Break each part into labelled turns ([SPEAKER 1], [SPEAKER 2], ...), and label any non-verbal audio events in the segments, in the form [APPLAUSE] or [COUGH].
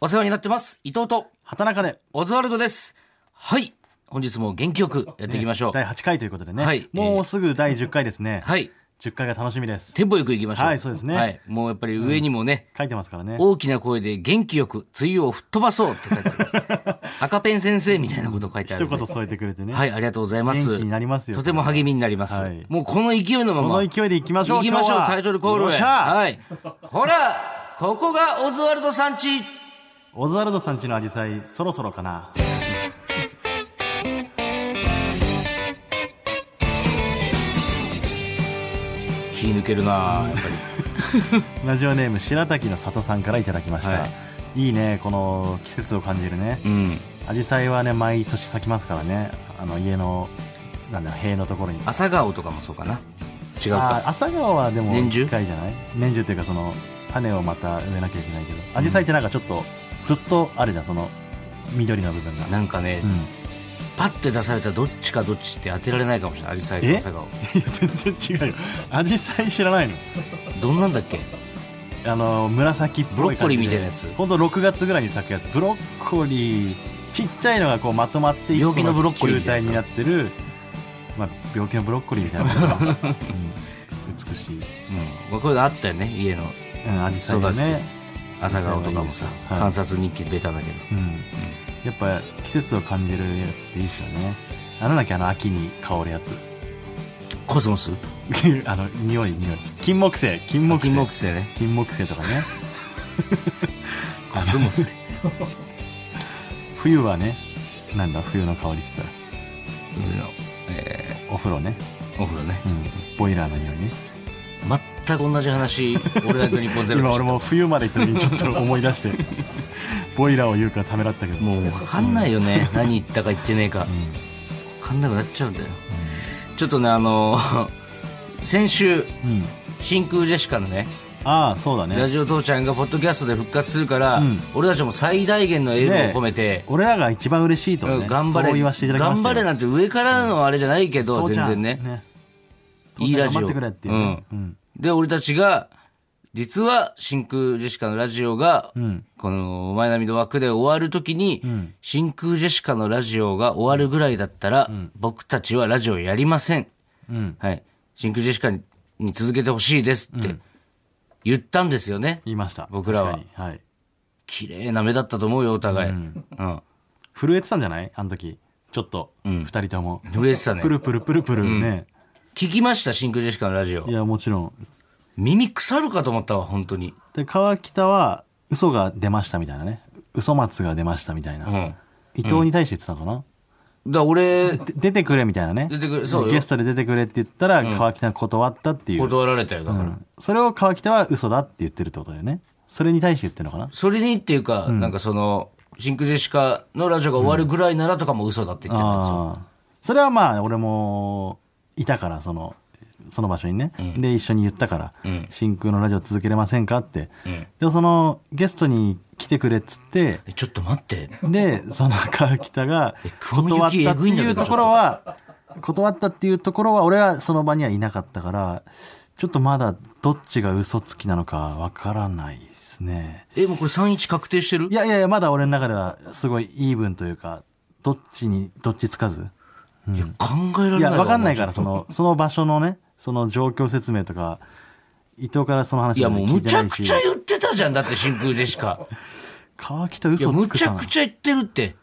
[SPEAKER 1] お世話になってます。伊藤と
[SPEAKER 2] 畑中で
[SPEAKER 1] オズワルドです。はい。本日も元気よくやっていきましょう。
[SPEAKER 2] 第8回ということでね、
[SPEAKER 1] はい
[SPEAKER 2] もうすぐ第10回ですね、
[SPEAKER 1] はい。
[SPEAKER 2] 10回が楽しみです
[SPEAKER 1] テンポよくいきましょう。
[SPEAKER 2] はいそうですね
[SPEAKER 1] はい。もうやっぱり上にもね、
[SPEAKER 2] 書いてますからね
[SPEAKER 1] 大きな声で元気よく梅雨を吹っ飛ばそうって書いてあります。
[SPEAKER 2] [LAUGHS]
[SPEAKER 1] 赤ペン先生みたいなこと書いてある
[SPEAKER 2] 一
[SPEAKER 1] んで。
[SPEAKER 2] 言添えてくれてね、
[SPEAKER 1] はい、ありがとうございます。
[SPEAKER 2] 元気になりますよ
[SPEAKER 1] とても励みになります。
[SPEAKER 2] はい
[SPEAKER 1] もうこの勢いのま
[SPEAKER 2] こ
[SPEAKER 1] ま。
[SPEAKER 2] の勢いでいきましょう
[SPEAKER 1] 行きましょう
[SPEAKER 2] 今日は
[SPEAKER 1] タイトルコール
[SPEAKER 2] よっ
[SPEAKER 1] へ
[SPEAKER 2] しゃ
[SPEAKER 1] はいほらここがオズワルドさんち
[SPEAKER 2] オズワルドさんちのアジサイそろそろかな
[SPEAKER 1] 気抜けるなあやっぱり
[SPEAKER 2] ラジオネーム白滝の里さんからいただきました、
[SPEAKER 1] はい
[SPEAKER 2] いいねこの季節を感じるね
[SPEAKER 1] うん
[SPEAKER 2] アジサイはね毎年咲きますからねあの家のなんだ塀のところに
[SPEAKER 1] 朝顔とかもそうかな違う
[SPEAKER 2] あ
[SPEAKER 1] か
[SPEAKER 2] 朝顔はでも
[SPEAKER 1] 年中
[SPEAKER 2] 1回じゃない年中っていうかその種をまた植えなきゃいけないけどアジサイってなんかちょっとずっとあるじゃんその緑の部分が、
[SPEAKER 1] なんかね、
[SPEAKER 2] うん、い
[SPEAKER 1] パッて出されたどっちかどっちって当てられないかもしれないアジサイと
[SPEAKER 2] え
[SPEAKER 1] 朝顔
[SPEAKER 2] や全然違うよアジサイ知らないの
[SPEAKER 1] どんなんだっけ
[SPEAKER 2] あの紫っぽい感じで
[SPEAKER 1] ブロッコリーみたいなやつ
[SPEAKER 2] ほんと6月ぐらいに咲くやつブロッコリーちっちゃいのがこうまとまって一個
[SPEAKER 1] 病気のブロッコリーみ
[SPEAKER 2] 球
[SPEAKER 1] たい
[SPEAKER 2] 体
[SPEAKER 1] な
[SPEAKER 2] になってる、まあ、病気のブロッコリーみたいなもの
[SPEAKER 1] [LAUGHS]
[SPEAKER 2] が、うん美しい、
[SPEAKER 1] うんこれがあったよね家の
[SPEAKER 2] うん、アジサイが
[SPEAKER 1] そうだ
[SPEAKER 2] ね
[SPEAKER 1] ね朝顔とかもさ
[SPEAKER 2] いいですよはい
[SPEAKER 1] 観察日記ベタだけど
[SPEAKER 2] うん、やっぱ季節を感じるやつっていいですよねあのなきゃあの秋に香るやつ [LAUGHS]
[SPEAKER 1] コスモス
[SPEAKER 2] あの匂い匂い金木犀金木犀
[SPEAKER 1] 金木犀ね
[SPEAKER 2] 金木犀とかね
[SPEAKER 1] コスモスって
[SPEAKER 2] 冬はねなんだ冬の香りっつったら
[SPEAKER 1] 冬の、え
[SPEAKER 2] お風呂ね、
[SPEAKER 1] ーお風呂ね
[SPEAKER 2] うん、ボイラーの匂いね
[SPEAKER 1] 全く同じ
[SPEAKER 2] [LAUGHS]
[SPEAKER 1] 話俺だけ日本ゼロで
[SPEAKER 2] 今
[SPEAKER 1] した
[SPEAKER 2] 俺も冬まで行った時にちょっと思い
[SPEAKER 1] [LAUGHS]
[SPEAKER 2] 出してボイラーを言うからためらったけど
[SPEAKER 1] もう分かんないよね、何言ったか言ってねえか
[SPEAKER 2] うん、うん
[SPEAKER 1] 分かんなくなっちゃうんだよちょっとねあの先週
[SPEAKER 2] うん
[SPEAKER 1] 真空ジェシカのね
[SPEAKER 2] ああそうだ
[SPEAKER 1] ラ
[SPEAKER 2] ね
[SPEAKER 1] ジオ父ちゃんがポッドキャストで復活するから、
[SPEAKER 2] うん
[SPEAKER 1] 俺たちも最大限のエールを込めて、
[SPEAKER 2] 俺らが一番嬉しいとね
[SPEAKER 1] 頑張れ
[SPEAKER 2] そう言わせていただきまし
[SPEAKER 1] 頑
[SPEAKER 2] た
[SPEAKER 1] 張
[SPEAKER 2] よ
[SPEAKER 1] れなんて上からのあれじゃないけど、
[SPEAKER 2] 父ち
[SPEAKER 1] 全
[SPEAKER 2] ゃん
[SPEAKER 1] 然ね
[SPEAKER 2] 父
[SPEAKER 1] いい
[SPEAKER 2] ちゃ
[SPEAKER 1] ラ
[SPEAKER 2] ん
[SPEAKER 1] ジオ
[SPEAKER 2] 頑張ってくれっていうね、うん
[SPEAKER 1] で俺たちが実は真空ジェシカのラジオが、
[SPEAKER 2] ん
[SPEAKER 1] この「前並みの枠」で終わるときに、真空ジェシカのラジオが終わるぐらいだったら、僕たちはラジオやりません、
[SPEAKER 2] うん
[SPEAKER 1] はい、真空ジェシカにに続けてほしいですって言ったんですよね、
[SPEAKER 2] 言いました
[SPEAKER 1] 僕らは
[SPEAKER 2] 確かにはい、
[SPEAKER 1] 綺麗な目だったと思うよお互い、うん
[SPEAKER 2] 震えてたんじゃないあの時ちょっと二、人とも
[SPEAKER 1] 震えてたね
[SPEAKER 2] プルプルプルプルね、
[SPEAKER 1] 聞きました真空ジェシカのラジオ
[SPEAKER 2] いやもちろん
[SPEAKER 1] 耳腐るかと思ったわ本当に
[SPEAKER 2] で川北は嘘が出ましたみたいなね嘘松が出ましたみたいな、
[SPEAKER 1] うん
[SPEAKER 2] 伊藤に対して言ってたのかな、
[SPEAKER 1] だから俺
[SPEAKER 2] で出てくれみたいなね
[SPEAKER 1] 出てくれそうよ
[SPEAKER 2] ゲストで出てくれって言ったら川北が断ったっていう、
[SPEAKER 1] 断られたよだから、
[SPEAKER 2] うんそれを川北は嘘だって言ってるってことだよねそれに対して言ってるのかな
[SPEAKER 1] それにっていうか、なんかその、真空ジェシカのラジオが終わるぐらいならとかも嘘だって言ってたやつを
[SPEAKER 2] ああそれはまあ俺もいたからそのその場所にね、で一緒に言ったから、
[SPEAKER 1] ん
[SPEAKER 2] 真空のラジオ続けれませんかって、
[SPEAKER 1] ん
[SPEAKER 2] でもそのゲストに来てくれっつって
[SPEAKER 1] えちょっと待って。
[SPEAKER 2] でその川北が
[SPEAKER 1] え雲
[SPEAKER 2] 断
[SPEAKER 1] 行
[SPEAKER 2] っ
[SPEAKER 1] き
[SPEAKER 2] た
[SPEAKER 1] え
[SPEAKER 2] って
[SPEAKER 1] ぐいんだ
[SPEAKER 2] い
[SPEAKER 1] け
[SPEAKER 2] う
[SPEAKER 1] ど
[SPEAKER 2] ところは断ったっていうところは俺はその場にはいなかったからちょっとまだどっちが嘘つきなのかわからないですね
[SPEAKER 1] え、もうこれ3-1確定してる
[SPEAKER 2] いやいやいやまだ俺の中ではすごいイーブンというかどっちにどっちつかず
[SPEAKER 1] いや考えられないいわ。
[SPEAKER 2] や、わかんないから、
[SPEAKER 1] も
[SPEAKER 2] その、その場所のね、その状況説明とか、伊藤からその
[SPEAKER 1] う
[SPEAKER 2] 話
[SPEAKER 1] ちょっといや、
[SPEAKER 2] まで
[SPEAKER 1] もうむ
[SPEAKER 2] 聞いて
[SPEAKER 1] ち
[SPEAKER 2] な
[SPEAKER 1] ゃ
[SPEAKER 2] い
[SPEAKER 1] く
[SPEAKER 2] し
[SPEAKER 1] ちゃ言ってたじゃん。だって真空ジェシ
[SPEAKER 2] [LAUGHS]
[SPEAKER 1] カ。
[SPEAKER 2] 川北
[SPEAKER 1] いや、
[SPEAKER 2] 嘘
[SPEAKER 1] む
[SPEAKER 2] つく
[SPEAKER 1] ち
[SPEAKER 2] か
[SPEAKER 1] ゃ
[SPEAKER 2] な
[SPEAKER 1] くちゃ言ってるって。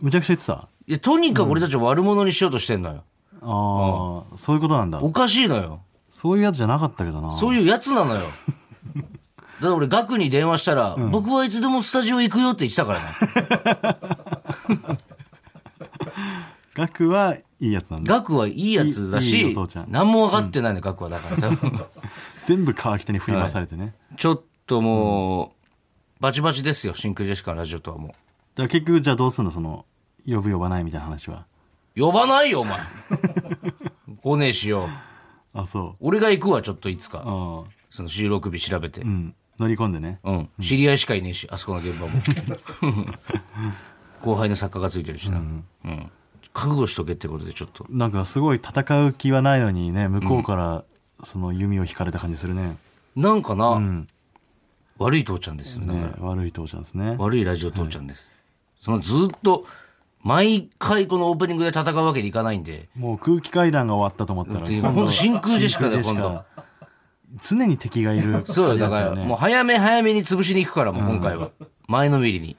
[SPEAKER 2] むちゃくちゃ言ってた。
[SPEAKER 1] いや、とにかく俺たちを悪者にしようとしてんのよ。
[SPEAKER 2] ああ、そういうことなんだ。
[SPEAKER 1] おかしいのよ。
[SPEAKER 2] そういうやつじゃなかったけどな。
[SPEAKER 1] そういうやつ
[SPEAKER 2] [LAUGHS]
[SPEAKER 1] なのよ。だから俺、ガクに電話したら、僕はいつでもスタジオ行くよって言ってたからね。
[SPEAKER 2] ガクはいいやつなんだ。
[SPEAKER 1] ガクはいいやつだ
[SPEAKER 2] いいい
[SPEAKER 1] し
[SPEAKER 2] いお父ちゃ、ん
[SPEAKER 1] 何も分かってないの、ガクは。だから多
[SPEAKER 2] [LAUGHS]
[SPEAKER 1] 分。
[SPEAKER 2] 全部川北に振り回されてね。だか
[SPEAKER 1] ちょっともう、バチバチですよ、真空ジェシカのラジオとはも
[SPEAKER 2] ら結局、じゃあどうすんのその、呼ぶ呼ばないみたいな話は。
[SPEAKER 1] う。呼ばないよ、お
[SPEAKER 2] [LAUGHS]
[SPEAKER 1] 前。来ねえしよう。
[SPEAKER 2] あ、そ
[SPEAKER 1] 俺が行くわ、ちょっといつ
[SPEAKER 2] う。
[SPEAKER 1] か。
[SPEAKER 2] ああ、
[SPEAKER 1] その収録日調べて
[SPEAKER 2] う。ん。乗り込んでね。
[SPEAKER 1] うん。知り合いしかいねえし、あそこの現場も。
[SPEAKER 2] [LAUGHS]
[SPEAKER 1] 後輩の作家がついてるしな。うん。覚悟しとけってことで、ちょっと。
[SPEAKER 2] なんかすごい戦う気はないのにね、向こうからその弓を引かれた感じするね。
[SPEAKER 1] なんかな、悪い父ちゃんですよだから、
[SPEAKER 2] ね、悪い父ちゃんですね。
[SPEAKER 1] 悪いラジオ父ちゃんです、そのずっと毎回このオープニングで戦うわけにいかないんで
[SPEAKER 2] もう空気階段が終わったと思ったら、
[SPEAKER 1] っていう
[SPEAKER 2] 今度
[SPEAKER 1] ほんと真空ジェシカだよ
[SPEAKER 2] 真空ジェシカ常に敵がいる。
[SPEAKER 1] そうよだ
[SPEAKER 2] 感じ
[SPEAKER 1] か
[SPEAKER 2] になっちゃ
[SPEAKER 1] ら
[SPEAKER 2] ね
[SPEAKER 1] もう早め早めに潰しに行くからもう今回は、前のめりに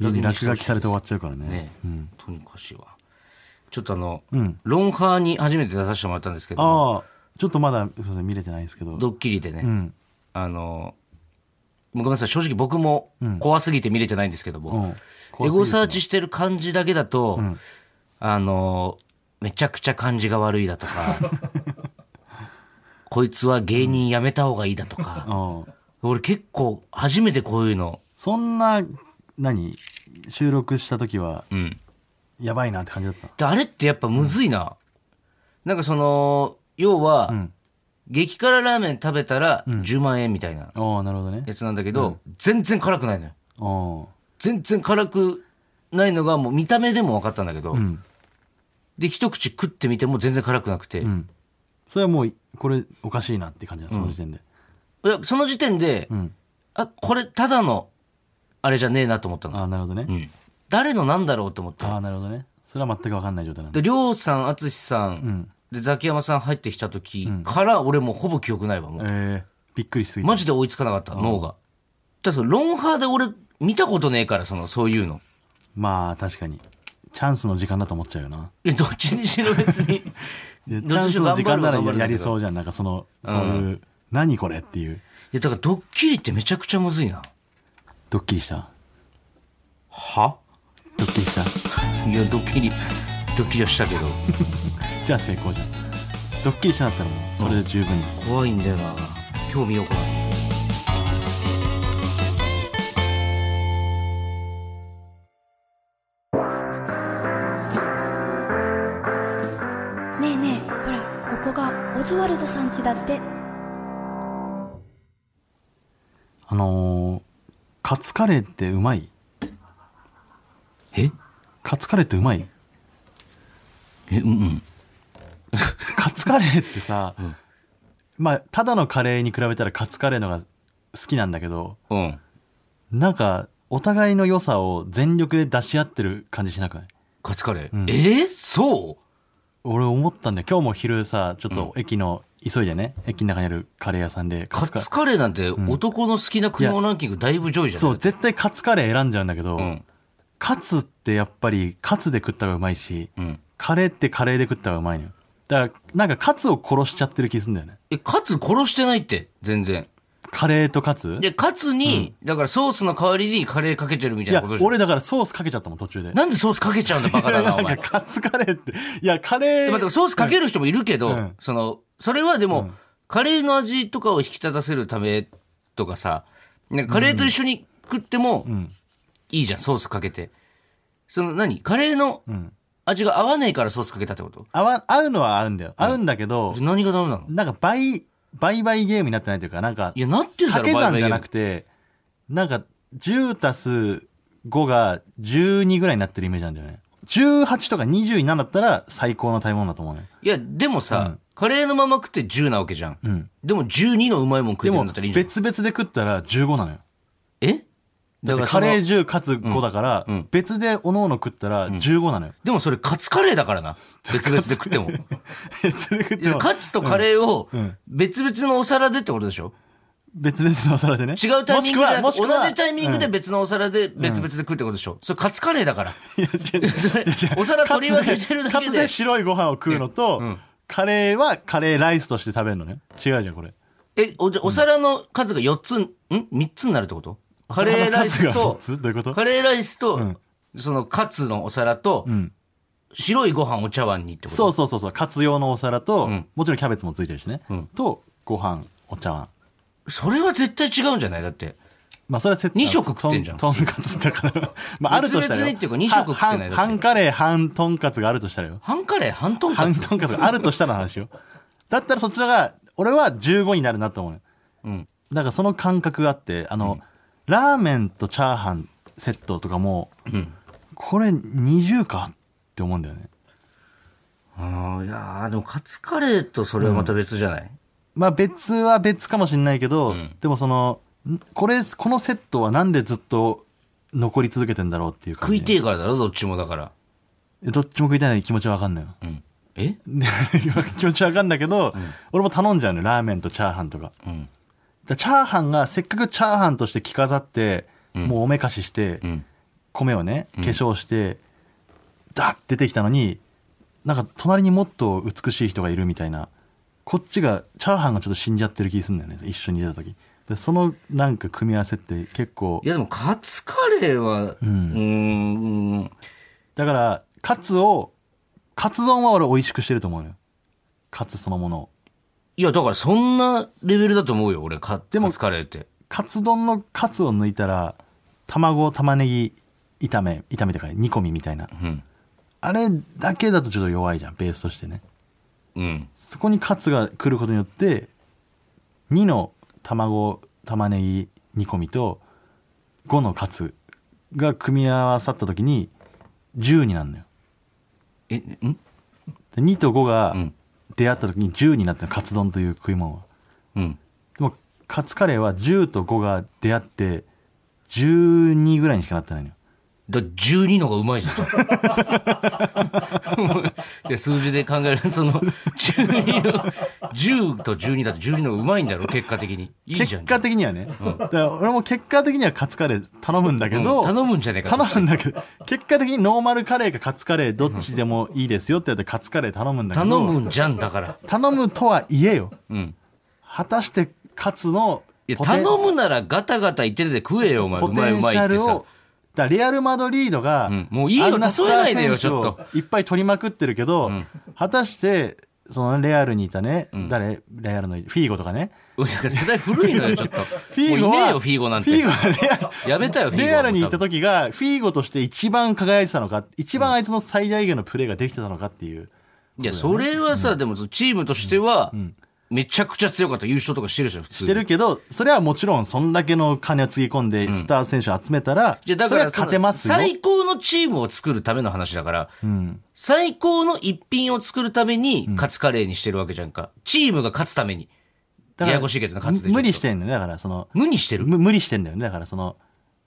[SPEAKER 2] 家に落書きされて終わっちゃうからね。
[SPEAKER 1] ね、とにかしはちょっとあの、
[SPEAKER 2] ん
[SPEAKER 1] ロンハーに初めて出させてもらったんですけど
[SPEAKER 2] ああ、ちょっとまだ、すいません、見れてないんですけど。
[SPEAKER 1] ドッキリでね、
[SPEAKER 2] うん。
[SPEAKER 1] あのもうごめんなさい正直僕も怖すぎて見れてないんですけども、
[SPEAKER 2] うん
[SPEAKER 1] エゴサーチしてる感じだけだと、あのめちゃくちゃ感じが悪いだと [LAUGHS] かこいつは芸人やめた方がいいだとか、
[SPEAKER 2] ああ
[SPEAKER 1] 俺結構初めてこういうの
[SPEAKER 2] そんな、何収録した時は、
[SPEAKER 1] うん
[SPEAKER 2] やばいなって感じだった。
[SPEAKER 1] であれってやっぱむずいな、なんかその要は、
[SPEAKER 2] ん
[SPEAKER 1] 激辛ラーメン食べたら10万円みたいな
[SPEAKER 2] ああ、なるほどね。
[SPEAKER 1] やつなんだけど、全然辛くないのよ
[SPEAKER 2] あ
[SPEAKER 1] 全然辛くないのがもう見た目でも分かったんだけど、
[SPEAKER 2] ん
[SPEAKER 1] で一口食ってみても全然辛くなくて、
[SPEAKER 2] んあ。それはもう、これ、おかしいなって感じだ、その時点で。
[SPEAKER 1] いやその時点で、
[SPEAKER 2] ん
[SPEAKER 1] あこれただのあれじゃねえなと思ったの、
[SPEAKER 2] ああ、なるほどね。
[SPEAKER 1] うん誰のなんだろうと思って
[SPEAKER 2] ああ、なるほどね。それは全く分かんない状態なんだ。
[SPEAKER 1] で亮さん淳さん、でザキヤマさん入ってきた時から俺もうほぼ記憶ないわもう、
[SPEAKER 2] えー、びっくりしすぎた。
[SPEAKER 1] マジで追いつかなかった、脳がだからそのロンハーで俺見たことねえからそのそういうの
[SPEAKER 2] まあ、確かに。チャンスの時間だと思っちゃうよな。
[SPEAKER 1] いやどっちにしろ別 [LAUGHS] に
[SPEAKER 2] いやチ
[SPEAKER 1] どっ
[SPEAKER 2] ャン
[SPEAKER 1] ちし
[SPEAKER 2] ス
[SPEAKER 1] ろ
[SPEAKER 2] の時間な
[SPEAKER 1] 頑張
[SPEAKER 2] ら
[SPEAKER 1] るは頑張るんだ
[SPEAKER 2] や
[SPEAKER 1] けど
[SPEAKER 2] りそうじゃん。なんかその、そういう、何これっていう、
[SPEAKER 1] いやだからドッキリってめちゃくちゃむずいな
[SPEAKER 2] ドッキリした。
[SPEAKER 1] は
[SPEAKER 2] ドッキリした。
[SPEAKER 1] いやドッキリドッキリはしたけど
[SPEAKER 2] じゃあ成功じゃん。ドッキリしたんだったらもう、それで十分です。
[SPEAKER 1] 怖いんだよな今日見ようかな
[SPEAKER 3] ねえねえほらここがオズワルドさん家だって
[SPEAKER 2] あのー、カツカレーってうまい
[SPEAKER 1] え
[SPEAKER 2] カツカレーってうま [LAUGHS] い
[SPEAKER 1] えうんうん
[SPEAKER 2] カツカレーってさ、まあ、ただのカレーに比べたらカツカレーのが好きなんだけど、
[SPEAKER 1] うん
[SPEAKER 2] なんか、お互いの良さを全力で出し合ってる感じしなくない
[SPEAKER 1] カツカレー、えーそ
[SPEAKER 2] 俺思ったんだよ。今日も昼さ、ちょっと駅の、急いでね、駅の中にあるカレー屋さんで
[SPEAKER 1] うカ
[SPEAKER 2] レー
[SPEAKER 1] ツカレーなんて男の好きな食い物ランキングだいぶ上位じゃない
[SPEAKER 2] そう、絶対カツカレー選んじゃうんだけど、
[SPEAKER 1] うん
[SPEAKER 2] カツってやっぱりカツで食ったらうまいし、
[SPEAKER 1] うん
[SPEAKER 2] カレーってカレーで食ったらうまいのよ。だから、なんかカツを殺しちゃってる気すんだよね。
[SPEAKER 1] えカツ殺してないって全然
[SPEAKER 2] カレーとカツ
[SPEAKER 1] でカツに、だからソースの代わりにカレーかけてるみた
[SPEAKER 2] い
[SPEAKER 1] いな
[SPEAKER 2] や
[SPEAKER 1] こと、じゃん
[SPEAKER 2] 俺だからソースかけちゃったもん、途中で。
[SPEAKER 1] なんでソースかけちゃうんだバカだなお
[SPEAKER 2] なん
[SPEAKER 1] 前
[SPEAKER 2] か
[SPEAKER 1] で
[SPEAKER 2] カツカレーって、いや、カレー。
[SPEAKER 1] まあでもソースかける人もいるけど、
[SPEAKER 2] うん
[SPEAKER 1] そのそれはでも、カレーの味とかを引き立たせるためとかさなんかカレーと一緒に食ってもいいじゃん、ソースかけてその何カレーの
[SPEAKER 2] ん
[SPEAKER 1] 味が合わないからソースかけたってこと
[SPEAKER 2] 合わ、合うのは合うんだよ。合うんだけど、
[SPEAKER 1] 何がダメなの
[SPEAKER 2] なんか倍、倍倍ゲームになってないというか、なんか
[SPEAKER 1] い、やなってるだ
[SPEAKER 2] 掛
[SPEAKER 1] ろ
[SPEAKER 2] け算じゃな
[SPEAKER 1] バイバイゲーム
[SPEAKER 2] くて、なんか、10足す5が12ぐらいになってるイメージなんだよね。18とか27だったら最高の食べ物だと思うね。
[SPEAKER 1] いやでもさ、
[SPEAKER 2] うん
[SPEAKER 1] カレーのまま食って10なわけじゃん、
[SPEAKER 2] ん
[SPEAKER 1] でも12のうまいもん食え
[SPEAKER 2] で
[SPEAKER 1] てる
[SPEAKER 2] も、
[SPEAKER 1] んだったらいいじゃん
[SPEAKER 2] 別々で食ったら15なのよ。
[SPEAKER 1] えだから
[SPEAKER 2] カ
[SPEAKER 1] その
[SPEAKER 2] レー10かつ5だから、別でおのおの食ったら15なのよ。 [LAUGHS]
[SPEAKER 1] でもそれカツカレーだからな別々で食っても
[SPEAKER 2] 別で食っ
[SPEAKER 1] い
[SPEAKER 2] て
[SPEAKER 1] や
[SPEAKER 2] も、
[SPEAKER 1] カツとカレーを
[SPEAKER 2] ん
[SPEAKER 1] 別々のお皿でってことでしょ
[SPEAKER 2] 別々のお皿でね。
[SPEAKER 1] 違うタイミング
[SPEAKER 2] もしく
[SPEAKER 1] で
[SPEAKER 2] はもしくは
[SPEAKER 1] 同じタイミングで別のお皿で別々で食うってことでしょ、それカツカレーだから
[SPEAKER 2] いや違う違
[SPEAKER 1] [LAUGHS]
[SPEAKER 2] う
[SPEAKER 1] それ
[SPEAKER 2] 違う違う
[SPEAKER 1] お皿取り分けてるだけで
[SPEAKER 2] カツで白いご飯を食うのと、カレーはカレーライスとして食べるのね。違うじゃん、これ。
[SPEAKER 1] えおじゃお皿の数が4つん3つになるってことカレーライス
[SPEAKER 2] お皿の
[SPEAKER 1] と
[SPEAKER 2] 数が四つどういうこと
[SPEAKER 1] カレーライスと、そのカツのお皿と、白いご飯お茶碗にってこと
[SPEAKER 2] そうそうそうそう、カツ用のお皿と、
[SPEAKER 1] ん
[SPEAKER 2] もちろんキャベツもついてるしね。
[SPEAKER 1] ん
[SPEAKER 2] と、ご飯、お茶碗。
[SPEAKER 1] それは絶対違うんじゃないだって
[SPEAKER 2] まあそれはセット
[SPEAKER 1] 二食食ってんじゃん
[SPEAKER 2] ととんかつだから。 [LAUGHS] まああるとしたら
[SPEAKER 1] 別
[SPEAKER 2] よ。
[SPEAKER 1] 々にっていうか二食食ってないだって
[SPEAKER 2] 半半カレー、半とんかつがあるとしたらよ。
[SPEAKER 1] 半カレー半トンカ
[SPEAKER 2] 半
[SPEAKER 1] ツ
[SPEAKER 2] とんかつがあるとしたらの話よ。だったらそっちの方が、俺は15になるなと思うのよ。
[SPEAKER 1] うん
[SPEAKER 2] だからその感覚があって、あの、ラーメンとチャーハンセットとかも、これ20かって思うんだよね。
[SPEAKER 1] あーいやーでもカツカレーとそれはまた別じゃない、
[SPEAKER 2] まあ別は別かもしれないけど、でもその、これ、このセットはなんでずっと残り続けてんだろうっていう感
[SPEAKER 1] 食
[SPEAKER 2] じ。
[SPEAKER 1] いてえからだろ、どっちもだから。
[SPEAKER 2] どっちも食いたいのに気持ちはわかんないよ。
[SPEAKER 1] うん。え
[SPEAKER 2] で気持ちわかんないけど、俺も頼んじゃうのよラーメンとチャーハンとか。
[SPEAKER 1] うん。
[SPEAKER 2] だチャーハンがせっかくチャーハンとして着飾って、もうおめかしして、
[SPEAKER 1] うん。
[SPEAKER 2] 米をね化粧して、ダッて出てきたのになんか隣にもっと美しい人がいるみたいなこっちがチャーハンがちょっと死んじゃってる気するんだよね一緒に出た時でそのなんか組み合わせって結構
[SPEAKER 1] いやでも、カツカレーは、うーん、
[SPEAKER 2] だからカツをカツ丼は俺美味しくしてると思うのよカツそのものを
[SPEAKER 1] いやだからそんなレベルだと思うよ、俺、カ
[SPEAKER 2] でも
[SPEAKER 1] カツカレーって。
[SPEAKER 2] カツ丼のカツを抜いたら卵玉ねぎ炒め炒めてから煮込みみたいな
[SPEAKER 1] うん。
[SPEAKER 2] あれだけだとちょっと弱いじゃんベースとしてね
[SPEAKER 1] うん。
[SPEAKER 2] そこにカツが来ることによって2の卵玉ねぎ煮込みと5のカツが組み合わさった時に10になるのよ
[SPEAKER 1] え、ん
[SPEAKER 2] で2と5が
[SPEAKER 1] ん
[SPEAKER 2] 出会った時に10になったのカツ丼という食い物は
[SPEAKER 1] うん。
[SPEAKER 2] でもカツカレーは10と5が出会って12ぐらいにしかなってないのよ
[SPEAKER 1] だ12のがうまい
[SPEAKER 2] [LAUGHS]
[SPEAKER 1] じゃん。いや数字で考えるその12の10と12だと12のがうまいんだろ結果的に。いいじゃ
[SPEAKER 2] 結
[SPEAKER 1] ん。
[SPEAKER 2] 果的にはね、だから俺も結果的にはカツカレー頼むんだけど、
[SPEAKER 1] うん頼むんじゃねえか。
[SPEAKER 2] 頼むんだけど、結果的にノーマルカレーかカツカレーどっちでもいいですよってやってカツカレー頼むんだけど、
[SPEAKER 1] 頼むんじゃんだから。
[SPEAKER 2] 頼むとはいえよ。
[SPEAKER 1] うん。
[SPEAKER 2] 果たしてカツの
[SPEAKER 1] いや
[SPEAKER 2] ポテ
[SPEAKER 1] 頼むならガタガタ言ってるで食えよお前
[SPEAKER 2] ポ
[SPEAKER 1] う
[SPEAKER 2] テ
[SPEAKER 1] まいう
[SPEAKER 2] ンシ
[SPEAKER 1] まいっ
[SPEAKER 2] ャ
[SPEAKER 1] て
[SPEAKER 2] ル
[SPEAKER 1] さ
[SPEAKER 2] を。、だからレアル・マドリードが、
[SPEAKER 1] うんもういいよ
[SPEAKER 2] あんスター
[SPEAKER 1] 例えないでよ
[SPEAKER 2] 選手を
[SPEAKER 1] ちょっ
[SPEAKER 2] いっぱい取りまくってるけど、果たして、そのレアルにいたね、誰レアルのフィーゴとかね。
[SPEAKER 1] だから世代古いのよちょっと。
[SPEAKER 2] フィーゴ
[SPEAKER 1] もういねえ
[SPEAKER 2] は、
[SPEAKER 1] よフィーゴなん
[SPEAKER 2] フィー
[SPEAKER 1] て
[SPEAKER 2] ゴ。はレアル、
[SPEAKER 1] やめたよフィーゴは。
[SPEAKER 2] レアルに行った
[SPEAKER 1] 多分
[SPEAKER 2] 時がフィーゴとして一番輝いてたのか一番あいつの最大限のプレーができてたのかっていう、
[SPEAKER 1] いやそれはさでもそのチームとしてはめちゃくちゃ強かった優勝とかしてるじゃん普通
[SPEAKER 2] し
[SPEAKER 1] に
[SPEAKER 2] て。るけどそれはもちろんそんだけの金をつぎ込んでスター選手を集めたら、
[SPEAKER 1] じゃあだ
[SPEAKER 2] そ
[SPEAKER 1] か
[SPEAKER 2] れ
[SPEAKER 1] ら
[SPEAKER 2] は勝てますよ、
[SPEAKER 1] 最高のチームを作るための話だから、最高の一品を作るためにカツカレーにしてるわけじゃんか。チームが勝つために。
[SPEAKER 2] だから
[SPEAKER 1] ややこしいけどな勝つで
[SPEAKER 2] 無理してんだよねだからその
[SPEAKER 1] 無にしてる。
[SPEAKER 2] む無理してんだよねだからその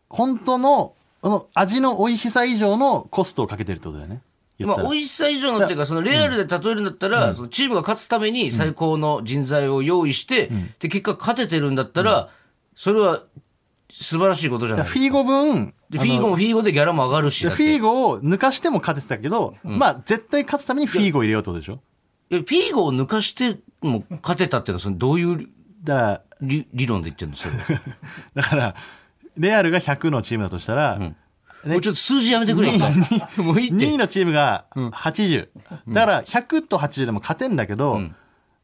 [SPEAKER 2] 本当のその味の美味しさ以上のコストをかけてるってことだよね言っ
[SPEAKER 1] ま
[SPEAKER 2] た
[SPEAKER 1] あ、
[SPEAKER 2] ら
[SPEAKER 1] 美味しさ以上のっていうか、そのレアルで例えるんだったら、そのチームが勝つために最高の人材を用意して、で、結果勝ててるんだったら、それは素晴らしいことじゃな
[SPEAKER 2] だから
[SPEAKER 1] い
[SPEAKER 2] フィーゴ分
[SPEAKER 1] でフィーゴもフィーゴでギャラも上がるし。
[SPEAKER 2] フ
[SPEAKER 1] だって
[SPEAKER 2] ィーゴを抜かしても勝ててたけど、まあ絶対勝つためにフィーゴを入れようってことでしょ
[SPEAKER 1] いやフィーゴを抜かしても勝てたっていうのは、そのどういう
[SPEAKER 2] だから
[SPEAKER 1] 理理論で言ってるんですよ。
[SPEAKER 2] だから、レアルが100のチームだとしたら、
[SPEAKER 1] もうちょっと数字やめてくれよ。もういいって
[SPEAKER 2] 2位のチームが80。だから、100と80でも勝てんだけど、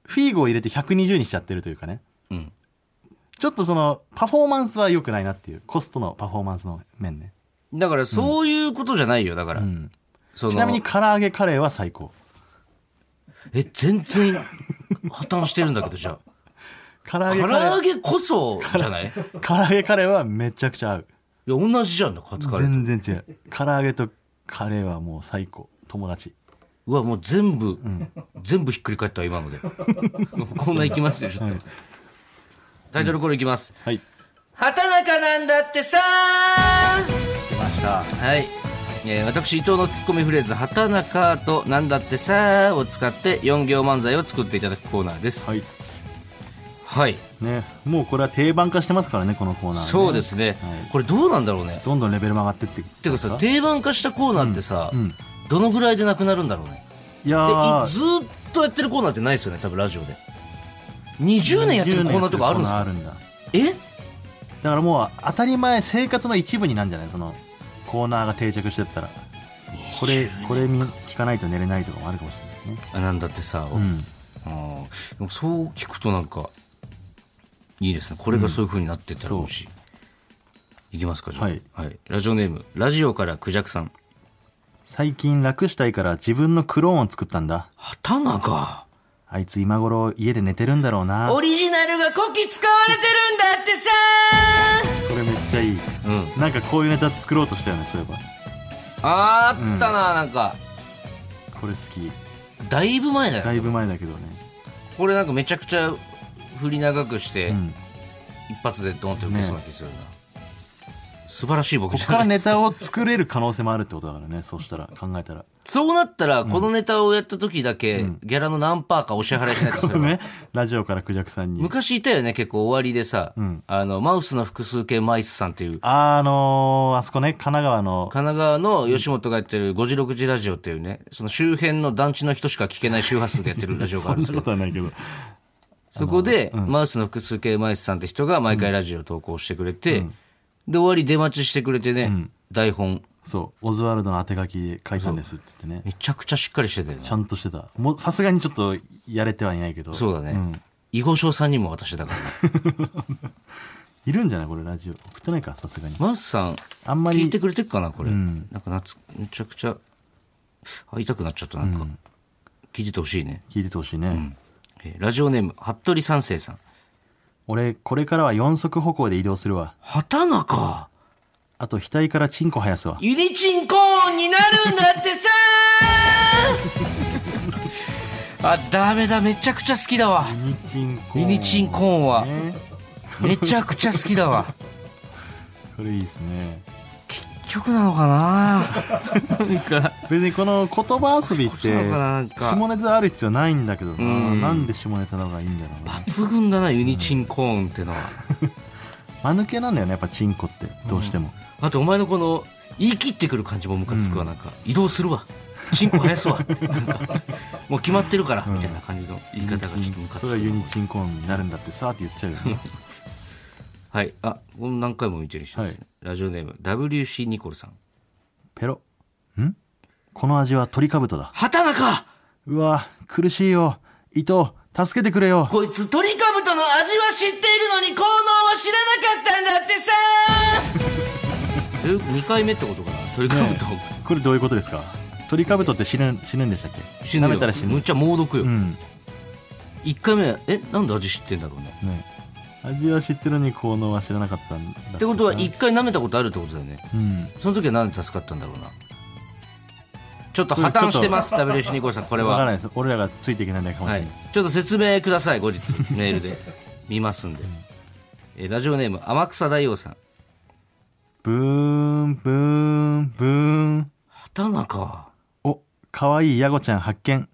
[SPEAKER 2] フィーゴを入れて120にしちゃってるというかね。
[SPEAKER 1] うん
[SPEAKER 2] ちょっとその、パフォーマンスは良くないなっていう、コストのパフォーマンスの面ね。
[SPEAKER 1] だからそういうことじゃないよ、だから。その
[SPEAKER 2] ちなみに、唐揚げカレーは最高。
[SPEAKER 1] え、全然破綻してるんだけど、じ [LAUGHS] ゃあ。
[SPEAKER 2] 唐揚
[SPEAKER 1] 唐
[SPEAKER 2] げカレー
[SPEAKER 1] 揚げこそじゃないいや、
[SPEAKER 2] 唐揚げカレーはめちゃくちゃ合う。
[SPEAKER 1] 同じじゃんな、カツカレーと。
[SPEAKER 2] 全然違う。唐揚げとカレーはもう最高。友達。
[SPEAKER 1] うわ、もう全部、全部ひっくり返ったわ、今ので。 [LAUGHS] こんないきますよ、ちょっと。タイトルコールいきます。
[SPEAKER 2] はい。
[SPEAKER 1] 畑中なんだってさ来ましたはい、えー私伊藤のツッコミフレーズ「畑中」と「なんだってさ」を使って4行漫才を作っていただくコーナーです
[SPEAKER 2] はい。
[SPEAKER 1] はい、
[SPEAKER 2] ね、もうこれは定番化してますからね、このコーナー、ね。
[SPEAKER 1] そうですね、
[SPEAKER 2] はい
[SPEAKER 1] これどうなんだろうね
[SPEAKER 2] どんどんレベルも上がってって
[SPEAKER 1] ていうかさ定番化したコーナーってさ、
[SPEAKER 2] ん
[SPEAKER 1] どのぐらいでなくなるんだろうね
[SPEAKER 2] いや
[SPEAKER 1] で
[SPEAKER 2] ー
[SPEAKER 1] いずーっとやってるコーナーってないですよね多分ラジオで20年やってるコーナーとかあるんです
[SPEAKER 2] 20
[SPEAKER 1] か
[SPEAKER 2] 年やってるコーナーあるんだ
[SPEAKER 1] え
[SPEAKER 2] だからもう当たり前生活の一部になんじゃないそのコーナーが定着してったらこれこれみ聞かないと寝れないとかもあるかもしれないね
[SPEAKER 1] あなんだってさ、
[SPEAKER 2] うん
[SPEAKER 1] あーでもそう聞くとなんかいいですねこれがそういう風になってったら
[SPEAKER 2] うん
[SPEAKER 1] 嬉しい、いきますかじゃあ、
[SPEAKER 2] はい
[SPEAKER 1] ラジオネームラジオからクジャクさん
[SPEAKER 2] 最近楽したいから自分のクローンを作ったんだ
[SPEAKER 1] 畑中
[SPEAKER 2] あいつ今頃家で寝てるんだろうなこ
[SPEAKER 1] リジナルがこき使われてるんだってさ
[SPEAKER 2] れめっちゃいい
[SPEAKER 1] うん
[SPEAKER 2] なんかこういうネタ作ろうとしたよねそういえ
[SPEAKER 1] あーあったな、なんか
[SPEAKER 2] ばこれ好き
[SPEAKER 1] だいぶ前だよ
[SPEAKER 2] だいぶ前だけどね
[SPEAKER 1] これなんかめちゃくちゃ振り長くして、
[SPEAKER 2] うん
[SPEAKER 1] 一発でドンって受けそうな気するな、素晴らしいボケ
[SPEAKER 2] こ
[SPEAKER 1] じ
[SPEAKER 2] こ
[SPEAKER 1] ゃ
[SPEAKER 2] か
[SPEAKER 1] な
[SPEAKER 2] ら
[SPEAKER 1] いで
[SPEAKER 2] ネ
[SPEAKER 1] すか
[SPEAKER 2] タを作れる可能性もあるってことだからねそうしたら考えたら
[SPEAKER 1] そうなったらこのネタをやった時だけ、ギャラの何パーかお支払いしないとそれは
[SPEAKER 2] ね [LAUGHS] ラジオからクジャクさんに
[SPEAKER 1] [LAUGHS] 昔いたよね結構終わりでさ、あのマウスの複数形マイスさんっていう
[SPEAKER 2] あーあのーあそこね神奈川の
[SPEAKER 1] 神奈川の吉本がやってる5時6時ラジオっていうね、その周辺の団地の人しか聞けない周波数でやってるラジオがあ
[SPEAKER 2] [LAUGHS] そ
[SPEAKER 1] るんで
[SPEAKER 2] ん
[SPEAKER 1] す
[SPEAKER 2] な
[SPEAKER 1] け
[SPEAKER 2] こ
[SPEAKER 1] ど、
[SPEAKER 2] とはないけど
[SPEAKER 1] そこで、マウスの複数形マイスさんって人が毎回ラジオ投稿してくれて、で、終わり出待ちしてくれてね、台本、
[SPEAKER 2] そうオズワルドの当て書き書いたんですっつってね
[SPEAKER 1] めちゃくちゃしっかりしてたよね
[SPEAKER 2] ち。ゃんとしてたもうさすがにちょっとやれてはいないけど
[SPEAKER 1] そうだね。囲碁将さんにも渡してた [LAUGHS] からね。
[SPEAKER 2] いるんじゃないこれラジオ送ってないかさすがに
[SPEAKER 1] マウスさん、
[SPEAKER 2] あんまり
[SPEAKER 1] 聞いてくれてるかな、これ。なんか夏、めちゃくちゃ、あ、痛くなっちゃった、なんか。聞いててほしいね。
[SPEAKER 2] 聞いててほしいね、
[SPEAKER 1] えーラジオネーム、服部三世さん。
[SPEAKER 2] 俺これからは四足歩行で移動するわ
[SPEAKER 1] 畑中
[SPEAKER 2] あと額からチンコ生やすわ
[SPEAKER 1] ユニチンコーンになるんだってさ [LAUGHS] あダメだめちゃくちゃ好きだわ
[SPEAKER 2] ユニチンコ
[SPEAKER 1] ユニチンコーンは
[SPEAKER 2] ね
[SPEAKER 1] めちゃくちゃ好きだわ
[SPEAKER 2] これいいですね
[SPEAKER 1] 曲なのか [LAUGHS] ななんか
[SPEAKER 2] 別にこの言葉遊びっ
[SPEAKER 1] そう
[SPEAKER 2] て
[SPEAKER 1] なのかななんか
[SPEAKER 2] 下ネタである必要ないんだけど
[SPEAKER 1] う
[SPEAKER 2] なんなんで下ネタの方がいいんだろうな
[SPEAKER 1] 抜群だなユニチンコーンってのは
[SPEAKER 2] 間抜けなんだよねやっぱチンコってどうしても、
[SPEAKER 1] あとお前のこの言い切ってくる感じもムカつくわなんか移動する
[SPEAKER 2] [LAUGHS]
[SPEAKER 1] わチンコ生やすわってなんかもう決まってるからみたいな感じの言い方がちょっとムカつ
[SPEAKER 2] それ
[SPEAKER 1] く
[SPEAKER 2] はユ
[SPEAKER 1] な
[SPEAKER 2] ニチンコーンになるんだってさーって言っちゃうよね [LAUGHS]
[SPEAKER 1] はいあこの何回も見てる人ですねラジオネーム WC ニコルさん
[SPEAKER 2] ペロんこの味は鳥かぶとだ
[SPEAKER 1] 畑中
[SPEAKER 2] うわ苦しいよ伊藤助けてくれよ
[SPEAKER 1] こいつ鳥かぶとの味は知っているのに効能は知らなかったんだってさ
[SPEAKER 2] [LAUGHS]
[SPEAKER 1] 2回目ってことかな鳥かぶと、
[SPEAKER 2] これどういうことですか鳥かぶとって死ぬ死ぬんでしたっけ
[SPEAKER 1] 死ぬよ
[SPEAKER 2] 舐めたら死
[SPEAKER 1] むっ
[SPEAKER 2] ぬ
[SPEAKER 1] ちゃ猛毒よ、
[SPEAKER 2] うん
[SPEAKER 1] 一1回目はえなんで味知ってんだろうね
[SPEAKER 2] ね味は知ってるのに効能は知らなかったんだ
[SPEAKER 1] ってことは
[SPEAKER 2] さ
[SPEAKER 1] 1回舐めたことあるってことだよね
[SPEAKER 2] うん
[SPEAKER 1] その時はなんで助かったんだろうなちょっと破綻してます WC ニコルさんこれ
[SPEAKER 2] わから
[SPEAKER 1] は、
[SPEAKER 2] ないです俺らがついていけないだけかもし
[SPEAKER 1] は
[SPEAKER 2] れないい、、
[SPEAKER 1] ちょっと説明ください後日メール [LAUGHS] で見ますんで、えーラジオネーム天草大王さん
[SPEAKER 2] ブーンブーンブーン
[SPEAKER 1] 畑中
[SPEAKER 2] おかわいいヤゴちゃん発見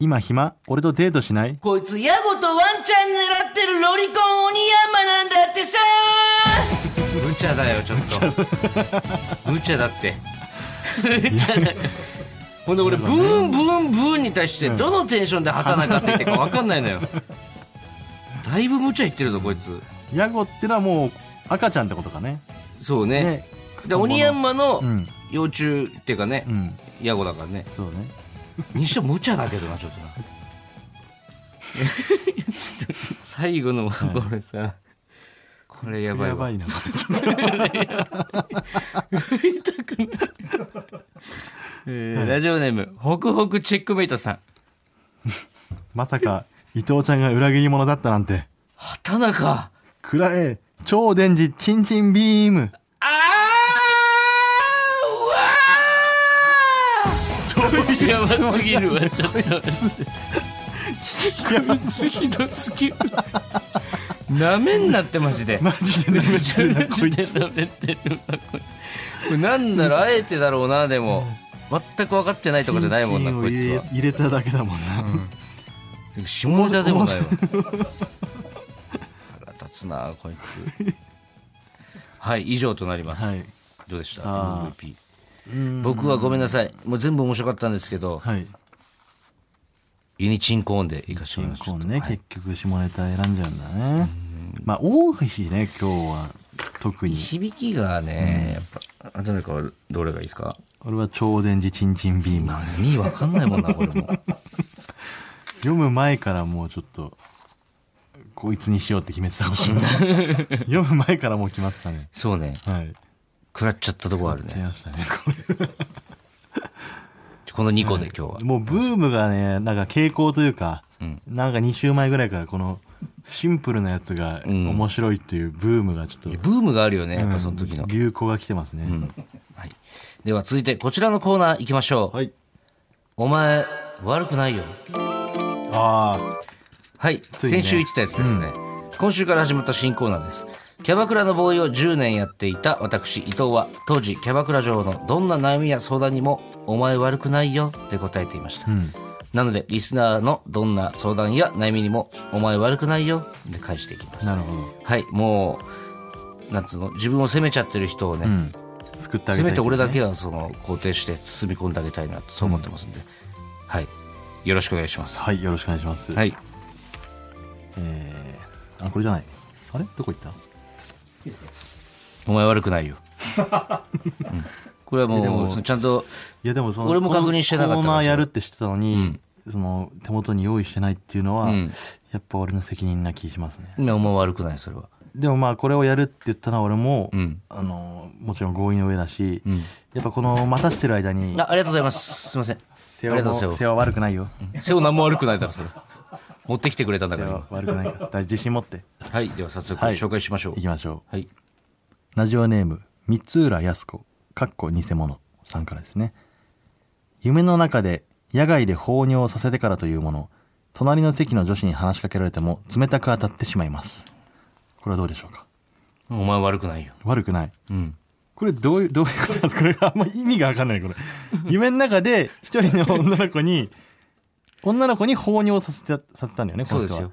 [SPEAKER 2] 今暇俺とデートしない
[SPEAKER 1] こいつ、ヤゴとワンちゃん狙ってるロリコン鬼ヤンマなんだってさ無茶だよ、ちょっ
[SPEAKER 2] [LAUGHS]
[SPEAKER 1] と。無茶だって。無茶だよ。ほんで俺、ブーンブーンブーンに対して、どのテンションで畑中って言ってるか分かんないのよ。だいぶ無茶言ってるぞ、こいつ。
[SPEAKER 2] ヤゴってのはもう赤ちゃんってことかね
[SPEAKER 1] そうね。
[SPEAKER 2] ね
[SPEAKER 1] で鬼ヤンマの
[SPEAKER 2] うん
[SPEAKER 1] 幼虫っていうかね、
[SPEAKER 2] うん
[SPEAKER 1] ヤゴだからね。
[SPEAKER 2] そうね
[SPEAKER 1] にしても無茶だけどなちょっとな [LAUGHS] 最後のこれさ、これやばい
[SPEAKER 2] や
[SPEAKER 1] わ
[SPEAKER 2] ばいなこれ
[SPEAKER 1] えーラジオネームホクホクチェックメイトさん
[SPEAKER 2] まさか伊藤ちゃんが裏切り者だったなんて
[SPEAKER 1] 畑中
[SPEAKER 2] くらえ超電磁チンチンビ
[SPEAKER 1] [LAUGHS]
[SPEAKER 2] ーム
[SPEAKER 1] あーうわーこいつやばすぎるわちょっとこいつ [LAUGHS] ひどすぎるなめんなってマジで
[SPEAKER 2] マジで
[SPEAKER 1] め
[SPEAKER 2] め
[SPEAKER 1] ち
[SPEAKER 2] ち
[SPEAKER 1] ゃ
[SPEAKER 2] ゃ
[SPEAKER 1] めちゃ
[SPEAKER 2] めちゃこいつ
[SPEAKER 1] 舐めてるなこいつこれなんだろうあえてだろうなでも全く分かってないとかじゃないもんな
[SPEAKER 2] チンチンを
[SPEAKER 1] こいつは
[SPEAKER 2] 入れ入れただけだもんな、
[SPEAKER 1] 下ネタでもないわ腹立つなこいつはい以上となります、
[SPEAKER 2] はい
[SPEAKER 1] どうでした
[SPEAKER 2] あ
[SPEAKER 1] MVP 僕はごめんなさいもう全部面白かったんですけど
[SPEAKER 2] はい
[SPEAKER 1] ユニチンコーンでいかしてもらいまし
[SPEAKER 2] 結
[SPEAKER 1] た
[SPEAKER 2] 構ね、
[SPEAKER 1] はい
[SPEAKER 2] 結局下ネタ選んじゃうんだねまあ多いしね今日は特に
[SPEAKER 1] 響きがねやっぱどれかどれがいいですか
[SPEAKER 2] 俺は超電磁チンチンビームだね
[SPEAKER 1] 2位分かんないもんなこれも
[SPEAKER 2] 読む前からもうちょっとこいつにしようって決めてたかもしれない
[SPEAKER 1] [LAUGHS]
[SPEAKER 2] 読む前からもう決まってたね
[SPEAKER 1] そうね
[SPEAKER 2] はい
[SPEAKER 1] 食らっちゃったとこある
[SPEAKER 2] [LAUGHS] 違い
[SPEAKER 1] ね
[SPEAKER 2] ましたねこ
[SPEAKER 1] この2個で今日は
[SPEAKER 2] れもうブームがねなんか傾向というか、
[SPEAKER 1] ん
[SPEAKER 2] なんか2週前ぐらいからこのシンプルなやつが
[SPEAKER 1] ん
[SPEAKER 2] 面白いっていうブームがちょっと、
[SPEAKER 1] ブームがあるよねやっぱその時の、
[SPEAKER 2] 流行が来てますね、
[SPEAKER 1] はい、では続いてこちらのコーナー行きましょう、
[SPEAKER 2] はい
[SPEAKER 1] お前悪くないよ
[SPEAKER 2] ああ
[SPEAKER 1] はい、
[SPEAKER 2] ついにね
[SPEAKER 1] 先週言ってたやつですね、今週から始まった新コーナーですキャバクラのボーイを10年やっていた私伊藤は当時キャバクラ上のどんな悩みや相談にも「お前悪くないよ」って答えていました、なのでリスナーのどんな相談や悩みにも「お前悪くないよ」で返していきます
[SPEAKER 2] なるほど。
[SPEAKER 1] はいもうなんつうの自分を責めちゃってる人をね、
[SPEAKER 2] うん。作ってあげ
[SPEAKER 1] せ
[SPEAKER 2] たい
[SPEAKER 1] めて俺だけはその肯定して包み込んであげたいなとそう思ってますんで、はいよろしくお願いしますは
[SPEAKER 2] はい、よろしくお願いします。
[SPEAKER 1] い、
[SPEAKER 2] い。えー、あ、これじゃない。あれどこ行った
[SPEAKER 1] お前悪く
[SPEAKER 2] [LAUGHS]
[SPEAKER 1] ないよ、うんこれは
[SPEAKER 2] で
[SPEAKER 1] も
[SPEAKER 2] も
[SPEAKER 1] うそのちゃんと
[SPEAKER 2] いやでもその
[SPEAKER 1] 俺も確認してなかったから
[SPEAKER 2] コーナーやるって知ってたのに、その手元に用意してないっていうのは、
[SPEAKER 1] うん
[SPEAKER 2] やっぱ俺の責任な気しますね
[SPEAKER 1] いやお前悪くないそれは
[SPEAKER 2] でもまあこれをやるって言ったのは俺も、
[SPEAKER 1] うん
[SPEAKER 2] あのもちろん合意の上だし、やっぱこの待たしてる間に
[SPEAKER 1] あありがとうございますすいません
[SPEAKER 2] 世
[SPEAKER 1] あ
[SPEAKER 2] 話
[SPEAKER 1] りがとう
[SPEAKER 2] も
[SPEAKER 1] 瀬
[SPEAKER 2] 世話悪くないよ
[SPEAKER 1] 尾瀬尾何も悪くないだろそれ持ってきてくれたんだ
[SPEAKER 2] 世
[SPEAKER 1] から
[SPEAKER 2] 話悪くないから大自信持って
[SPEAKER 1] 今はいでは早速
[SPEAKER 2] はい
[SPEAKER 1] 紹介しましょう
[SPEAKER 2] いきましょ
[SPEAKER 1] はいう
[SPEAKER 2] ラジオネーム三浦康子かっこ偽物さんからですね夢の中で野外で放尿させてからというもの隣の席の女子に話しかけられても冷たく当たってしまいますこれはどうでしょうか
[SPEAKER 1] お前悪くないよ
[SPEAKER 2] 悪くない
[SPEAKER 1] うん
[SPEAKER 2] これどういうどういうことなんですかこれあんま意味がわかんないこれ夢の中で一人の女の子に女の子に放尿させたさせたんだよねこ
[SPEAKER 1] そう
[SPEAKER 2] の
[SPEAKER 1] で
[SPEAKER 2] 人
[SPEAKER 1] す
[SPEAKER 2] は
[SPEAKER 1] よ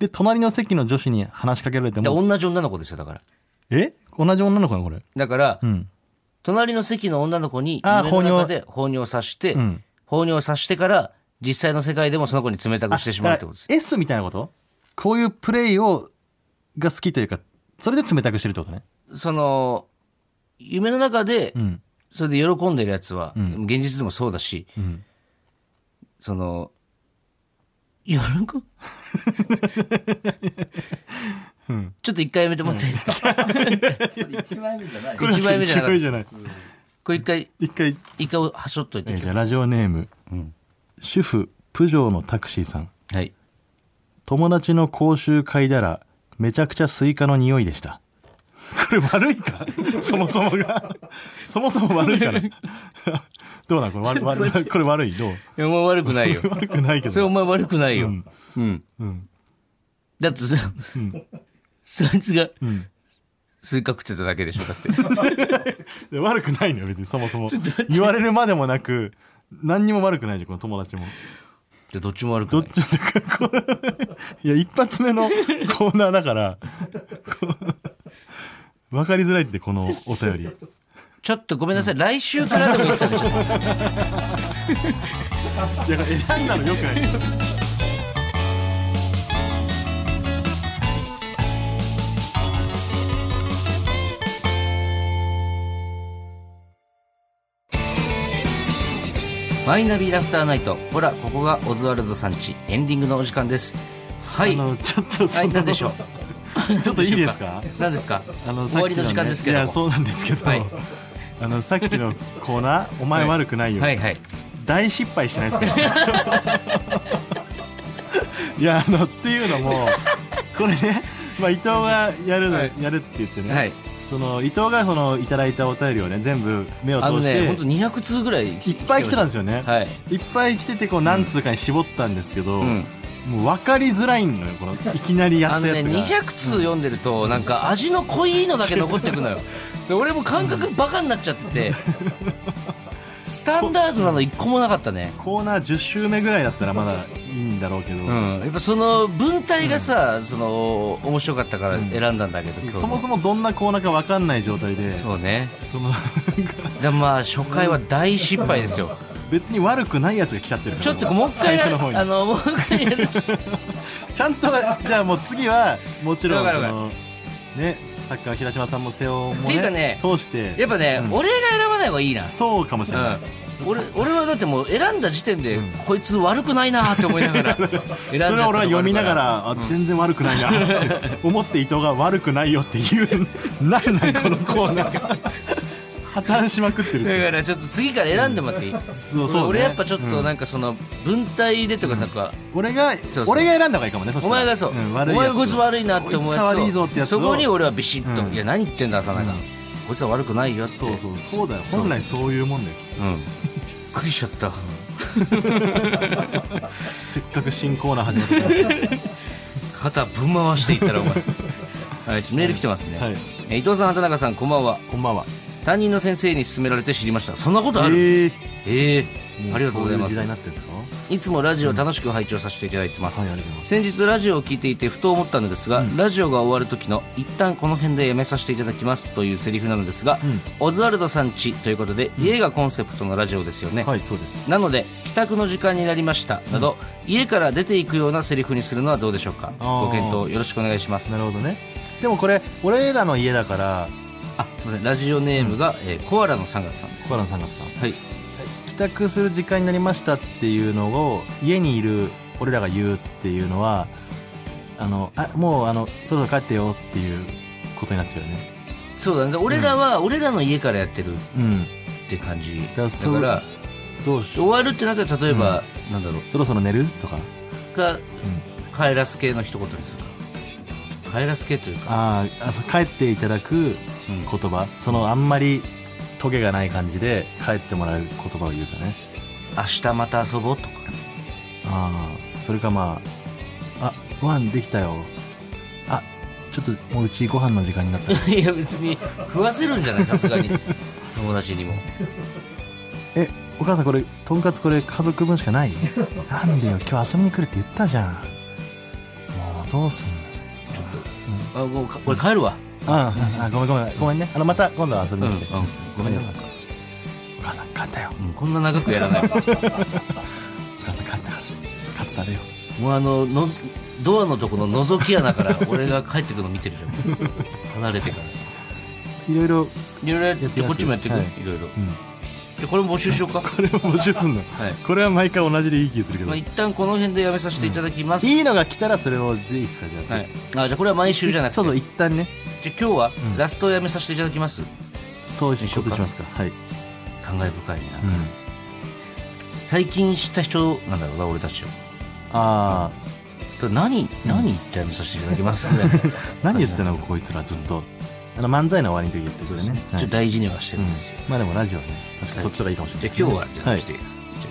[SPEAKER 2] で隣の席の女子に話しかけられて
[SPEAKER 1] で
[SPEAKER 2] も
[SPEAKER 1] 同じ女の子ですよだから
[SPEAKER 2] え同じ女の子なのこれ
[SPEAKER 1] だから、
[SPEAKER 2] うん
[SPEAKER 1] 隣の席の女の子に
[SPEAKER 2] あー
[SPEAKER 1] 夢の中で放尿させて、
[SPEAKER 2] うん
[SPEAKER 1] 放尿させてから実際の世界でもその子に冷たくしてしまうってことです
[SPEAKER 2] あだから S みたいなことこういうプレイをが好きというかそれで冷たくしてるってことね
[SPEAKER 1] その夢の中で
[SPEAKER 2] うん
[SPEAKER 1] それで喜んでるやつは、現実でもそうだし、
[SPEAKER 2] ん
[SPEAKER 1] その喜んちょっと一回やめてもらっていいですか、
[SPEAKER 4] 一枚目じゃない。
[SPEAKER 1] 一枚目じゃなかった
[SPEAKER 2] 一枚目じゃない
[SPEAKER 1] これ一回
[SPEAKER 2] 一回
[SPEAKER 1] 一回はしょっといて、
[SPEAKER 2] えーじゃあラジオネーム、主婦プジョーのタクシーさん
[SPEAKER 1] はい
[SPEAKER 2] 友達の口臭嗅いだらめちゃくちゃスイカの匂いでしたこれ悪いかそもそもがそもそも悪い [LAUGHS] からどうなんこれ悪悪悪これ悪いどう
[SPEAKER 1] いやお前悪くないよ
[SPEAKER 2] 悪くないけ
[SPEAKER 1] それお
[SPEAKER 2] ど
[SPEAKER 1] 前悪くないよ。う
[SPEAKER 2] うんん。
[SPEAKER 1] だってさ、そ [LAUGHS] いつが、スイカ食ってただけでしょ、だって。
[SPEAKER 2] 悪くないのよ別にそもそも言われるまでもなく何にも悪くないじゃんこの友達も
[SPEAKER 1] でどっちも悪く
[SPEAKER 2] ど
[SPEAKER 1] な
[SPEAKER 2] っ
[SPEAKER 1] い。
[SPEAKER 2] ちもだからこうい [LAUGHS] や一発目のコーナーだから分かりづらいってこのお便り
[SPEAKER 1] ちょっとごめんなさい、来週からでもいいですか [LAUGHS] ね、ちょっと
[SPEAKER 2] いや選んだのよくない
[SPEAKER 1] マイナビラフターナイト。ほら、ここがオズワルドさんち、エンディングのお時間です。はい。
[SPEAKER 2] あ
[SPEAKER 1] は
[SPEAKER 2] の [LAUGHS] ちょっとそ
[SPEAKER 1] い、
[SPEAKER 2] の
[SPEAKER 1] なんでしょう。
[SPEAKER 2] ちょっといいですか
[SPEAKER 1] 何ですか
[SPEAKER 2] あの
[SPEAKER 1] 終わりの時間ですけど
[SPEAKER 2] い
[SPEAKER 1] も
[SPEAKER 2] やそうなんですけど、
[SPEAKER 1] はい
[SPEAKER 2] あのさっきのコーナー「お前
[SPEAKER 1] はい
[SPEAKER 2] 悪くないよ」
[SPEAKER 1] はいはい。
[SPEAKER 2] 大失敗してないですか [LAUGHS] いやあのっていうのもこれね、まあ、伊藤がやるの、
[SPEAKER 1] はい
[SPEAKER 2] やるって言ってね、
[SPEAKER 1] はい。
[SPEAKER 2] その伊藤がそのいただいたお便りをね全部目を
[SPEAKER 1] あの
[SPEAKER 2] 通し
[SPEAKER 1] ね、
[SPEAKER 2] て、
[SPEAKER 1] ほんと200通ぐらい
[SPEAKER 2] いっぱい来てたん
[SPEAKER 1] で
[SPEAKER 2] ですよね、
[SPEAKER 1] はい。
[SPEAKER 2] い、っぱい来ててこう何通かに絞ったんですけど、
[SPEAKER 1] うん。
[SPEAKER 2] もう分かりづらいのよこのいきなりや
[SPEAKER 1] あ
[SPEAKER 2] っ
[SPEAKER 1] の
[SPEAKER 2] た
[SPEAKER 1] ね
[SPEAKER 2] やつが、
[SPEAKER 1] 200通読んでるとなんか味の濃いのだけ残ってくの
[SPEAKER 2] [LAUGHS]
[SPEAKER 1] よで俺も感覚バカになっちゃっててスタンダードなの1個もなかったね
[SPEAKER 2] コーナー10周目ぐらいだったらまだいいんだろうけど、
[SPEAKER 1] うん、やっぱその文体がさ、その面白かったから選んだんだけど、今日
[SPEAKER 2] そもそ
[SPEAKER 1] も
[SPEAKER 2] もどんなコーナーか分かんない状態で
[SPEAKER 1] そうね
[SPEAKER 2] その
[SPEAKER 1] でまあ初回は大失敗ですよ
[SPEAKER 2] 別に悪くないやつが来ちゃってるから
[SPEAKER 1] ちょっともう一回
[SPEAKER 2] 最初の方に
[SPEAKER 1] あのも [LAUGHS] う一回やる
[SPEAKER 2] ちゃんとじゃあもう次はもちろ
[SPEAKER 1] わ
[SPEAKER 2] ん
[SPEAKER 1] かる
[SPEAKER 2] そ
[SPEAKER 1] わかる
[SPEAKER 2] のねサッカー平島さんも瀬尾
[SPEAKER 1] っ
[SPEAKER 2] も
[SPEAKER 1] ていうか
[SPEAKER 2] ね
[SPEAKER 1] ね
[SPEAKER 2] 通して
[SPEAKER 1] やっぱね、
[SPEAKER 2] うん
[SPEAKER 1] 俺が選ばない方がいいな
[SPEAKER 2] そうかもしれない、
[SPEAKER 1] うん、俺俺はだってもう選んだ時点で、こいつ悪くないなって思いながら選んじゃ
[SPEAKER 2] [LAUGHS] そ
[SPEAKER 1] った
[SPEAKER 2] れを俺は読みなが
[SPEAKER 1] ら
[SPEAKER 2] ら、あ全然悪くないなって思って伊藤が悪くないよっていうなんなんこのコーナー破綻しまくってるって
[SPEAKER 1] だ
[SPEAKER 2] いう
[SPEAKER 1] からちょっと次から選んでもらっていい、
[SPEAKER 2] そうそうね
[SPEAKER 1] 俺やっぱちょっと
[SPEAKER 2] うん
[SPEAKER 1] なんかその文体でとかさ、こ
[SPEAKER 2] 俺が
[SPEAKER 1] そう
[SPEAKER 2] 俺が選んだ方がいいかもね
[SPEAKER 1] う
[SPEAKER 2] そし
[SPEAKER 1] [LAUGHS]
[SPEAKER 2] た
[SPEAKER 1] お
[SPEAKER 2] ら
[SPEAKER 1] 前がそう、
[SPEAKER 2] ん
[SPEAKER 1] お
[SPEAKER 2] 悪いやつ
[SPEAKER 1] 前がこいつ悪いなって思うやつを
[SPEAKER 2] こいつ悪いぞってやつを
[SPEAKER 1] そこに俺はビシッと、
[SPEAKER 2] うん
[SPEAKER 1] いや何言ってんだ田中、こいつは悪くないよって
[SPEAKER 2] そうそうそうだよ
[SPEAKER 1] そう
[SPEAKER 2] 本来そういうもんだよ
[SPEAKER 1] うんびっくりしちゃった、 [LAUGHS]
[SPEAKER 2] せっかく新コーナー始まったから
[SPEAKER 1] 肩ぶん回していったらお前 [LAUGHS] はいちょっとメール来てますね、
[SPEAKER 2] はい
[SPEAKER 1] えー伊藤さん畑中さんこんばんは
[SPEAKER 2] こんばんは。
[SPEAKER 1] 担任の先生に勧められて知りましたそんなことあるえ
[SPEAKER 2] え
[SPEAKER 1] え
[SPEAKER 2] ー
[SPEAKER 1] ありがとうございま
[SPEAKER 2] もそ時
[SPEAKER 1] す
[SPEAKER 2] 代になってんですか。はい
[SPEAKER 1] つもラジオ楽しく拝聴させていただいてます、
[SPEAKER 2] い、ありがとうございます。
[SPEAKER 1] 先日ラジオを聞いていてふと思ったのですが、ラジオが終わる時の「一旦この辺でやめさせていただきます」というセリフなのですが、
[SPEAKER 2] ん
[SPEAKER 1] オズワルドさんちということで、家がコンセプトのラジオですよね、
[SPEAKER 2] はい、そうです。
[SPEAKER 1] なので帰宅の時間になりましたなど、家から出ていくようなセリフにするのはどうでしょうか
[SPEAKER 2] あー
[SPEAKER 1] ご検討よろしくお願いします
[SPEAKER 2] なるほどね。でもこれ、俺らの家だから、
[SPEAKER 1] あすいませんラジオネームが、えーコアラの3月さんです
[SPEAKER 2] コアラの3月さん。
[SPEAKER 1] はい
[SPEAKER 2] 帰宅する時間になりましたっていうのを、家にいる俺らが言うっていうのは、あの、あ、もう、あの、そろそろ帰ってよっていうことになっちゃうよね。
[SPEAKER 1] そうだね俺らは、俺らの家からやってるっ
[SPEAKER 2] うん。
[SPEAKER 1] て感じだ
[SPEAKER 2] だ
[SPEAKER 1] から
[SPEAKER 2] そうどうし
[SPEAKER 1] 終わるってなったら例えば、なんだろ
[SPEAKER 2] そろそろ寝るとか。
[SPEAKER 1] うか帰らす系の一言にするか帰らす系というか
[SPEAKER 2] あーあ、そう帰っていただく
[SPEAKER 1] うん
[SPEAKER 2] 言葉。その、あんまり、トゲがない感じで帰ってもらう言葉を言うかね。
[SPEAKER 1] 明日また遊ぼうとか [LAUGHS]
[SPEAKER 2] ああそれかまああご飯できたよあちょっともううちご飯の時間になった
[SPEAKER 1] [LAUGHS] いや別に食わせるんじゃないさすが
[SPEAKER 2] [LAUGHS]
[SPEAKER 1] に友達にも
[SPEAKER 2] えお母さんこれとんかつこれ家族分し
[SPEAKER 1] [LAUGHS]
[SPEAKER 2] かないなんでよ今日遊びに来るって言ったじゃんもうどうすんの
[SPEAKER 1] あもうか俺帰るわ
[SPEAKER 2] あああごめんごめんごめんねあのまた今度は遊
[SPEAKER 1] う
[SPEAKER 2] び
[SPEAKER 1] んう
[SPEAKER 2] に
[SPEAKER 1] ん
[SPEAKER 2] 来て、
[SPEAKER 1] ごめんな
[SPEAKER 2] うんお母さん買ったよ
[SPEAKER 1] うん、こんな長くやらない
[SPEAKER 2] [LAUGHS] お母さん買ったからカツ食べよ
[SPEAKER 1] もうあののドアのとこの覗き穴から俺が帰ってくの見てるじゃん離れてからさ
[SPEAKER 2] ういろいろ、
[SPEAKER 1] いろいろやっ
[SPEAKER 2] やって
[SPEAKER 1] て
[SPEAKER 2] ます
[SPEAKER 1] こっちもやってく、
[SPEAKER 2] はい
[SPEAKER 1] い、ろいろ
[SPEAKER 2] うん、
[SPEAKER 1] でこれも募集しようか
[SPEAKER 2] これを募集すんの、
[SPEAKER 1] はい
[SPEAKER 2] これは毎回同じでいい気がするけど、
[SPEAKER 1] まあ
[SPEAKER 2] い
[SPEAKER 1] 一旦この辺でやめさせていただきます、
[SPEAKER 2] いのが来たらそれをでいくかじゃ
[SPEAKER 1] は
[SPEAKER 2] あ次、
[SPEAKER 1] い、あじゃあこれは毎週じゃなくて
[SPEAKER 2] そうそう一旦ね
[SPEAKER 1] じゃあ今日は
[SPEAKER 2] うん
[SPEAKER 1] ラストをやめさせていただきます、
[SPEAKER 2] そういうことしますかはい、
[SPEAKER 1] 感慨深いな、
[SPEAKER 2] うん
[SPEAKER 1] 最近知った人なんだろうな俺たちを
[SPEAKER 2] ああ
[SPEAKER 1] だ何何言ってやめさせていただきますぐらいの
[SPEAKER 2] [LAUGHS] 何言ってんのこいつらずっとあの漫才の終わりの時言って
[SPEAKER 1] そう
[SPEAKER 2] る
[SPEAKER 1] です
[SPEAKER 2] やつだよ
[SPEAKER 1] ね
[SPEAKER 2] ね
[SPEAKER 1] ちょっと大事にはしてるんですよ、
[SPEAKER 2] まあでもラジオはね確かにそっちとかいいかもしれない
[SPEAKER 1] じゃあ今日はじゃあ
[SPEAKER 2] はい
[SPEAKER 1] 来て、じゃ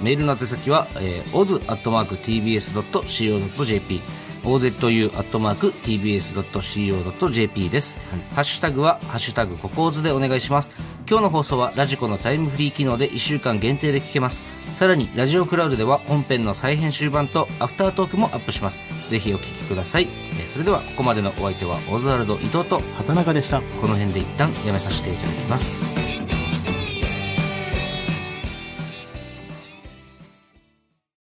[SPEAKER 1] あメールの宛先は、えー、oz.tbs.co.jp ozu.tbs.co.jp です、
[SPEAKER 2] はい
[SPEAKER 1] ハッシュタグは「ハッシュタグココーズ」でお願いします今日の放送はラジコのタイムフリー機能で1週間限定で聞けますさらにラジオクラウドでは本編の再編集版とアフタートークもアップしますぜひお聞きください、えーそれではここまでのお相手はオズワルド伊藤と
[SPEAKER 2] 畑中でした
[SPEAKER 1] この辺で一旦やめさせていただきます